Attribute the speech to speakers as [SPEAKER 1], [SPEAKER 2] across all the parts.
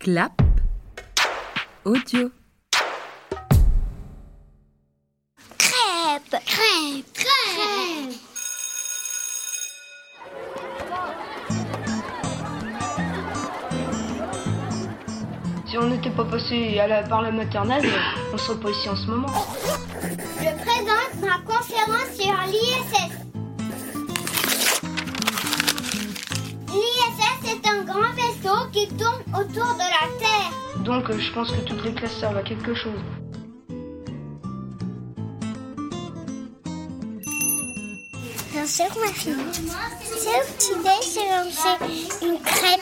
[SPEAKER 1] Clap audio.
[SPEAKER 2] Crêpe, crêpe, crêpe.
[SPEAKER 3] Si on n'était pas passé à la- par la maternelle, on serait pas ici en ce moment.
[SPEAKER 2] Je présente ma conférence sur l'ISS. L'ISS est un grand vaisseau qui tourne autour de la Terre.
[SPEAKER 3] Donc euh, je pense que toutes les classes servent à quelque chose.
[SPEAKER 2] Bien sûr, ma fille. C'est au petit déj, j'ai mangé une crêpe.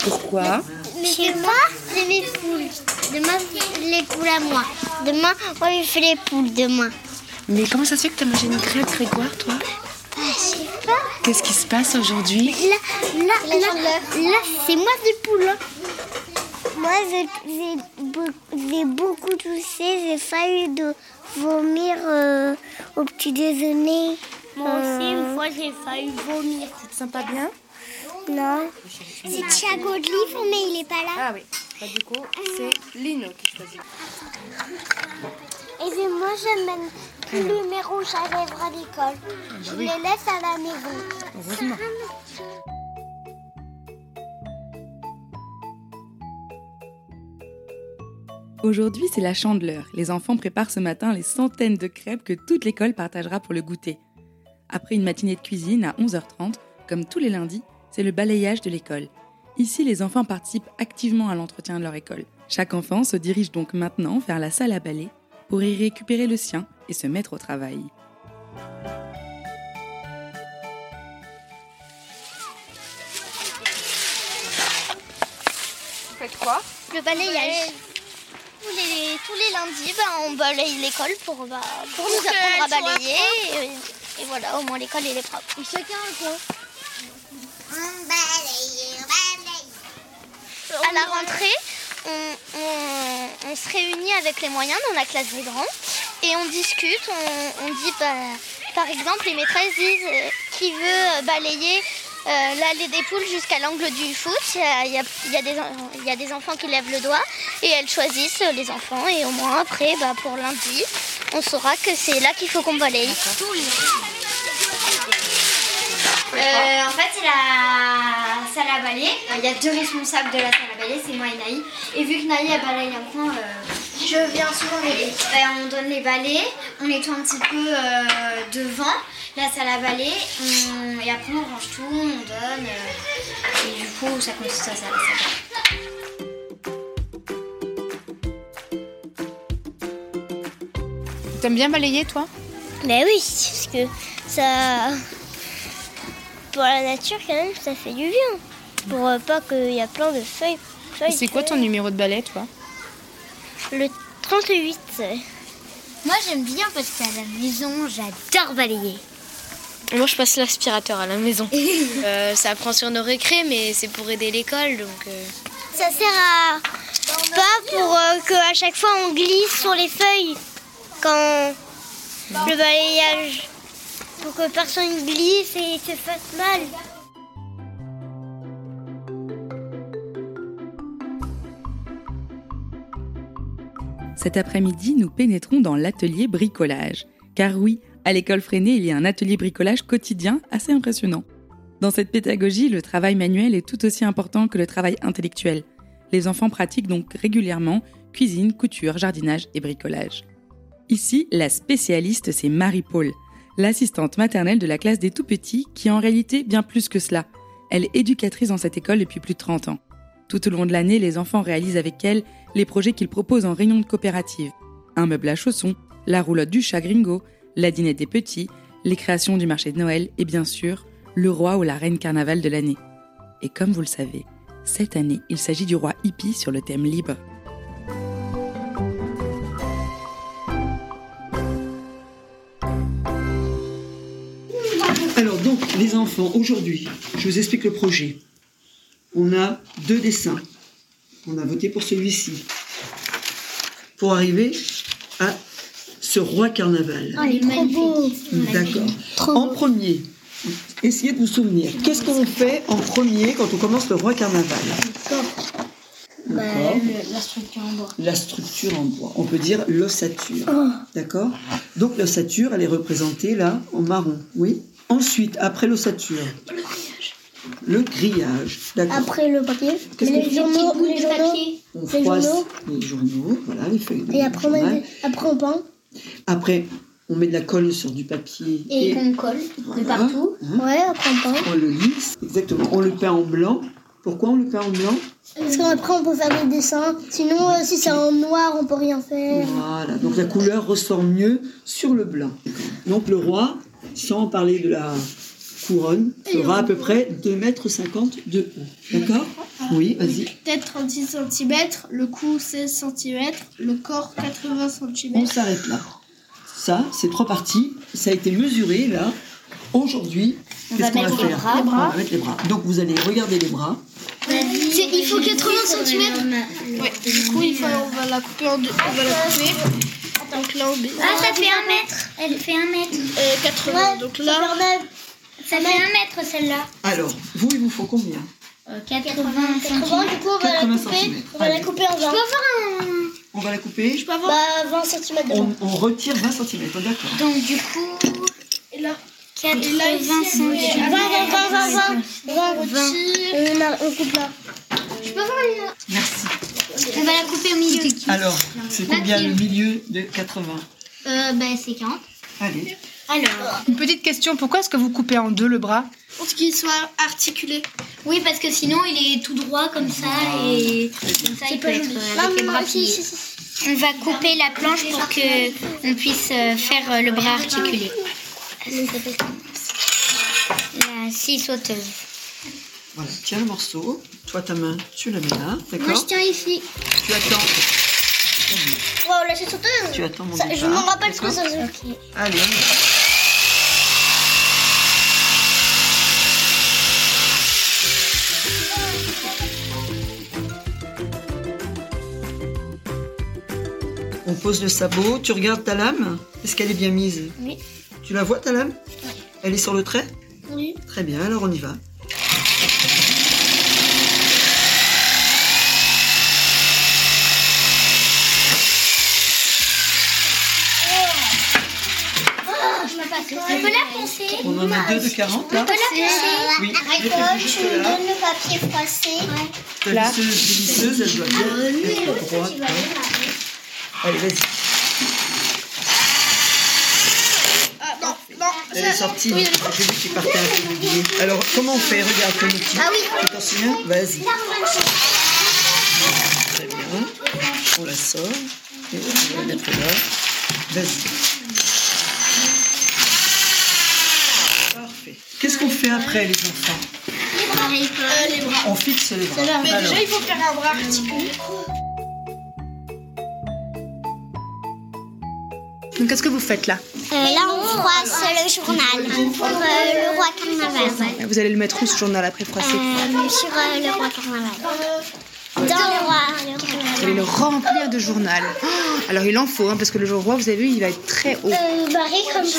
[SPEAKER 1] Pourquoi
[SPEAKER 2] Chez moi, c'est mes poules. Demain, les poules à moi. Demain, on fait les poules demain.
[SPEAKER 4] Mais comment ça se fait que t'as mangé une crêpe, Grégoire, toi
[SPEAKER 2] Bah, Je sais pas.
[SPEAKER 4] Qu'est-ce qui se passe aujourd'hui
[SPEAKER 2] Là, là, là, là, c'est moi des poules. hein. Moi, j'ai- j'ai beau- j'ai beaucoup toussé, j'ai failli de vomir euh, au petit déjeuner. Euh. Moi aussi, une fois, j'ai failli vomir. Tu te sens pas bien Non. C'est Thiago de Livre, mais il est pas là.
[SPEAKER 4] Ah oui, bah, du coup, c'est Lino qui choisit.
[SPEAKER 2] Et puis moi, j'amène tous les mes rouges à lèvres à l'école.
[SPEAKER 4] Ah, bah
[SPEAKER 2] Je les laisse à la maison. Heureusement.
[SPEAKER 1] Aujourd'hui, c'est la chandeleur. Les enfants préparent ce matin les centaines de crêpes que toute l'école partagera pour le goûter. Après une matinée de cuisine à 11h30, comme tous les lundis, c'est le balayage de l'école. Ici, les enfants participent activement à l'entretien de leur école. Chaque enfant se dirige donc maintenant vers la salle à balai pour y récupérer le sien et se mettre au travail.
[SPEAKER 2] Le balayage. Tous les, tous les lundis, ben, on balaye l'école pour, bah, pour nous apprendre à balayer. Et, et voilà, au moins l'école elle est propre. Chacun un coin. On balaye, on balaye. À la rentrée, on, on- on se réunit avec les moyens dans la classe des grands et on discute. On, on dit, bah, par exemple, les maîtresses disent euh, qui veut euh, balayer euh, l'allée des poules jusqu'à l'angle du foot. Il y a- il y a- il y a des en- il y a des enfants qui lèvent le doigt et elles choisissent euh, les enfants. Et au moins après, bah, pour lundi, on saura que c'est là qu'il faut qu'on balaye.
[SPEAKER 5] Euh, en fait, c'est la salle à balai.
[SPEAKER 6] Ah,
[SPEAKER 5] Euh, Il y a deux responsables de la salle à balai, c'est moi et Naï. Et vu que Naï a balayé un coin, je viens souvent m'aider. on donne les balais, on nettoie un petit peu euh, devant la salle à balai, on- et après on range tout, on donne. euh, et du coup, ça consiste à ça. la salle à balai.
[SPEAKER 4] T'aimes bien balayer, toi
[SPEAKER 2] Mais Bah oui, parce que ça. Pour la nature, quand même, ça fait du bien. Pour euh, pas qu'il y a plein de feuilles.
[SPEAKER 4] Et
[SPEAKER 2] feuilles,
[SPEAKER 4] C'est quoi ton
[SPEAKER 2] feuilles.
[SPEAKER 4] numéro de balai, toi
[SPEAKER 2] Le 38. euh,
[SPEAKER 5] Moi j'aime bien parce qu'à la maison j'adore balayer.
[SPEAKER 7] Moi, je passe l'aspirateur à la maison. Euh, ça prend sur nos récrés, mais c'est pour aider l'école, donc. euh,
[SPEAKER 2] Ça sert à pas pour euh, que à chaque fois on glisse sur les feuilles quand le balayage pour que personne glisse et se fasse mal.
[SPEAKER 1] Cet après-midi, nous pénétrons dans l'atelier bricolage. Car oui, à l'école Freinet, il y a un atelier bricolage quotidien assez impressionnant. Dans cette pédagogie, le travail manuel est tout aussi important que le travail intellectuel. Les enfants pratiquent donc régulièrement cuisine, couture, jardinage et bricolage. Ici, la spécialiste, c'est Marie-Paul, l'assistante maternelle de la classe des tout-petits, qui est en réalité bien plus que cela. Elle est éducatrice dans cette école depuis plus de 30 ans. Tout au long de l'année, les enfants réalisent avec elle les projets qu'ils proposent en réunion de coopérative. Un meuble à chaussons, la roulotte du chat gringo, la dinette des petits, les créations du marché de Noël et bien sûr, le roi ou la reine carnaval de l'année. Et comme vous le savez, cette année, il s'agit du roi hippie sur le thème libre.
[SPEAKER 8] Alors donc, les enfants, aujourd'hui, je vous explique le projet. On a deux dessins. On a voté pour celui-ci. Pour arriver à ce roi carnaval.
[SPEAKER 5] Ah, il est
[SPEAKER 8] D'accord. En premier, essayez de vous souvenir. Qu'est-ce qu'on fait en premier quand on commence le roi carnaval D'accord.
[SPEAKER 5] Bah, la structure en bois.
[SPEAKER 8] la structure en bois. On peut dire l'ossature.
[SPEAKER 2] Oh.
[SPEAKER 8] D'accord Donc l'ossature, elle est représentée là en marron. Oui Ensuite, après l'ossature. Le grillage. D'accord.
[SPEAKER 2] Après le papier,
[SPEAKER 8] Qu'est-ce qu'on
[SPEAKER 2] les
[SPEAKER 8] fait
[SPEAKER 2] journaux, les journaux,
[SPEAKER 8] On
[SPEAKER 2] les
[SPEAKER 8] croise
[SPEAKER 2] journaux.
[SPEAKER 8] les journaux, voilà, les feuilles. de
[SPEAKER 2] et après on,
[SPEAKER 8] journal.
[SPEAKER 2] met- après on peint
[SPEAKER 8] Après, on met de la colle sur du papier.
[SPEAKER 2] et, qu'on colle
[SPEAKER 8] Voilà.
[SPEAKER 2] de partout.
[SPEAKER 8] Hein
[SPEAKER 2] Ouais, après on peint.
[SPEAKER 8] On le lisse, exactement. On le peint en blanc. Pourquoi on le peint en blanc
[SPEAKER 2] Parce qu'après on peut faire des dessins. Sinon, euh, si c'est en noir, on peut rien faire.
[SPEAKER 8] Voilà, donc la couleur ressort mieux sur le blanc. Donc le roi, sans parler de la couronne, aura à peu près 2,50 mètres de haut. D'accord Oui, vas-y.
[SPEAKER 6] Tête 36 cm, le cou 16 cm, le corps 80
[SPEAKER 8] On
[SPEAKER 6] cm.
[SPEAKER 8] s'arrête là. Ça, c'est trois parties. Ça a été mesuré là. Aujourd'hui, qu'est-ce qu'on va faire
[SPEAKER 6] bras. Les bras.
[SPEAKER 8] On va mettre les bras. Donc vous allez regarder les bras.
[SPEAKER 6] C'est- Il faut 80 cm. Ouais, du coup, il faut, on va la couper en deux. On va la couper. Donc là, on met
[SPEAKER 5] Ah, ça fait un mètre. Elle fait un mètre.
[SPEAKER 6] euh, 80. Donc là,
[SPEAKER 5] Ça fait un mètre celle-là.
[SPEAKER 8] Alors, vous, il vous faut combien
[SPEAKER 5] 80
[SPEAKER 2] Avant, du coup, on va la
[SPEAKER 8] 80
[SPEAKER 2] couper.
[SPEAKER 8] centimètres.
[SPEAKER 2] On va la
[SPEAKER 8] Allez.
[SPEAKER 2] couper en 20.
[SPEAKER 8] On va la couper. Je
[SPEAKER 2] Bah, 20 cm de
[SPEAKER 8] on,
[SPEAKER 2] long.
[SPEAKER 8] on retire 20 cm, d'accord.
[SPEAKER 5] Donc du coup,
[SPEAKER 6] et là,
[SPEAKER 5] 80
[SPEAKER 2] 20, 20, 20,
[SPEAKER 5] cm.
[SPEAKER 2] 20, 20, 20. On, a- on coupe là.
[SPEAKER 8] Merci.
[SPEAKER 5] On va la couper au milieu.
[SPEAKER 8] Alors, c'est combien le milieu de 80
[SPEAKER 5] Euh, bah, c'est 40.
[SPEAKER 8] Allez.
[SPEAKER 5] Alors
[SPEAKER 4] Une petite question, pourquoi est-ce que vous coupez en deux le bras
[SPEAKER 6] pour qu'il soit articulé.
[SPEAKER 5] Oui, parce que sinon, il est tout droit comme ça et comme ça, il peut être euh,
[SPEAKER 2] Ah,
[SPEAKER 5] avec les bras pliés. On va couper la planche pour que on puisse euh, faire euh, le bras articulé. La scie sauteuse.
[SPEAKER 8] Voilà, tiens le morceau. Toi, ta main, tu la mets là,
[SPEAKER 5] Moi, je
[SPEAKER 8] d'accord
[SPEAKER 5] tiens ici.
[SPEAKER 8] Tu attends,
[SPEAKER 2] Wow, là, c'est sauteuse.
[SPEAKER 8] tu attends mon
[SPEAKER 2] Ça,
[SPEAKER 8] départ.
[SPEAKER 2] je m'en rappelle ce que
[SPEAKER 8] d'accord
[SPEAKER 2] ça faisait.
[SPEAKER 8] Allez, on y va. On pose le sabot, tu regardes ta lame Est-ce qu'elle est bien mise
[SPEAKER 2] Oui.
[SPEAKER 8] Tu la vois ta lame Elle est sur le trait
[SPEAKER 2] Oui.
[SPEAKER 8] Très bien, alors on y va.
[SPEAKER 5] On peut la poncer.
[SPEAKER 8] On en a deux de 40 là
[SPEAKER 5] On peut la poncer.
[SPEAKER 8] Oui,
[SPEAKER 5] Arrête,
[SPEAKER 2] euh,
[SPEAKER 8] j'ai fait juste là.
[SPEAKER 2] le papier froissé.
[SPEAKER 8] Ta visseuse délicieuse, elle doit bien être droite. hein. Allez, vas-y.
[SPEAKER 6] Ah non, non,
[SPEAKER 8] Elle est sortie. J'ai vu qu'il partait un peu oublié. Alors, comment on fait Regarde ton outil. Ah oui. Tu t'en souviens Vas-y.
[SPEAKER 2] Euh,
[SPEAKER 8] Très bien. On la sort. Et on va la mettre là. Vas-y. Parfait. Qu'est-ce qu'on fait après, les enfants
[SPEAKER 5] Ah,
[SPEAKER 6] euh, les bras.
[SPEAKER 8] On fixe les bras.
[SPEAKER 6] Mais
[SPEAKER 8] Alors,
[SPEAKER 6] déjà, il faut faire un bras articulé.
[SPEAKER 4] Donc qu'est-ce que vous faites là
[SPEAKER 2] euh, là, on froisse le journal pour euh, le roi carnaval.
[SPEAKER 4] Vous allez le mettre où ce journal après froissé
[SPEAKER 2] sur euh, le roi carnaval. Dans le roi
[SPEAKER 4] Vous allez le remplir de journal. Oh, alors il en faut, hein, parce que le roi, vous avez vu, il va être très haut.
[SPEAKER 2] Euh, barré comme ça.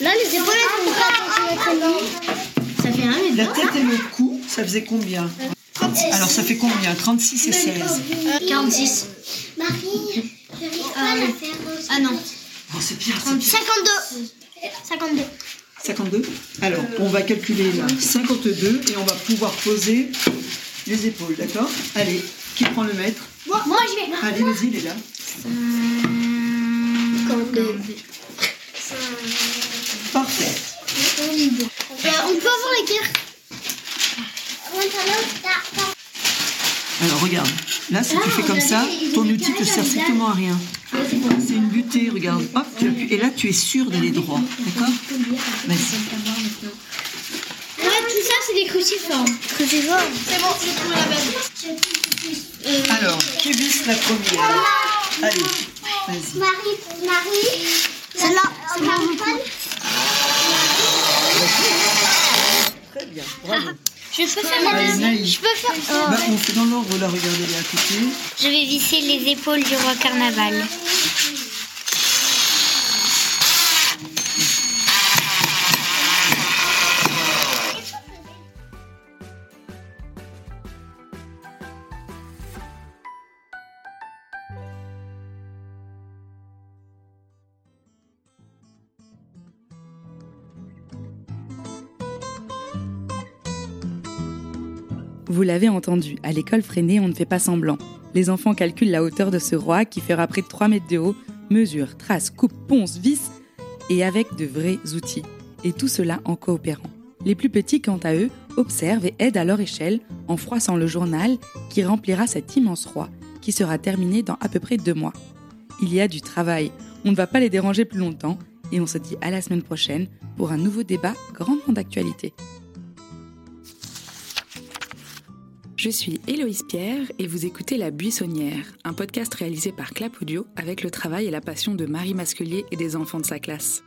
[SPEAKER 2] Là, les épaules, elles font pas
[SPEAKER 8] la tête et le cou, ça faisait combien Alors, ça fait combien 36 et 16.
[SPEAKER 5] 46.
[SPEAKER 2] Marie, euh,
[SPEAKER 5] Ah non.
[SPEAKER 8] Oh, c'est pire, c'est pire.
[SPEAKER 5] 52. 52.
[SPEAKER 8] 52 Alors, on va calculer là. 52 et on va pouvoir poser les épaules, d'accord Allez, qui prend le mètre
[SPEAKER 5] Moi, je vais.
[SPEAKER 8] Allez, vas-y, il est là.
[SPEAKER 5] 52.
[SPEAKER 8] Parfait.
[SPEAKER 2] Ben, on peut avoir l'équerre
[SPEAKER 8] Alors, regarde. Là, si tu fais comme ça, ton outil te sert strictement à rien. C'est une butée, regarde. Hop, tu appuies. Et là, tu es sûr d'aller droit, d'accord Vas-y.
[SPEAKER 5] tout ça, c'est des cruciformes.
[SPEAKER 6] C'est bon, j'ai trouvé la base.
[SPEAKER 8] Alors, qui visse la première Allez, vas-y.
[SPEAKER 2] Marie, Marie. Celle-là, c'est Marie.
[SPEAKER 8] Très bien, bravo.
[SPEAKER 6] Je peux faire
[SPEAKER 8] Ah,
[SPEAKER 6] la
[SPEAKER 8] Anaï.
[SPEAKER 6] Je peux faire
[SPEAKER 8] Bah, on fait dans l'ordre, là, regardez les à côté.
[SPEAKER 5] Je vais visser les épaules du roi carnaval.
[SPEAKER 1] Vous l'avez entendu, à l'école Freinet, on ne fait pas semblant. Les enfants calculent la hauteur de ce roi qui fera près de 3 mètres de haut, mesure, trace, coupe, ponce, vis, et avec de vrais outils. Et tout cela en coopérant. Les plus petits, quant à eux, observent et aident à leur échelle en froissant le journal qui remplira cet immense roi, qui sera terminé dans à peu près deux mois. Il y a du travail, on ne va pas les déranger plus longtemps, et on se dit à la semaine prochaine pour un nouveau débat grandement d'actualité.
[SPEAKER 9] Je suis Héloïse Pierre et vous écoutez La Buissonnière, un podcast réalisé par Clap Audio avec le travail et la passion de Marie Masquelier et des enfants de sa classe.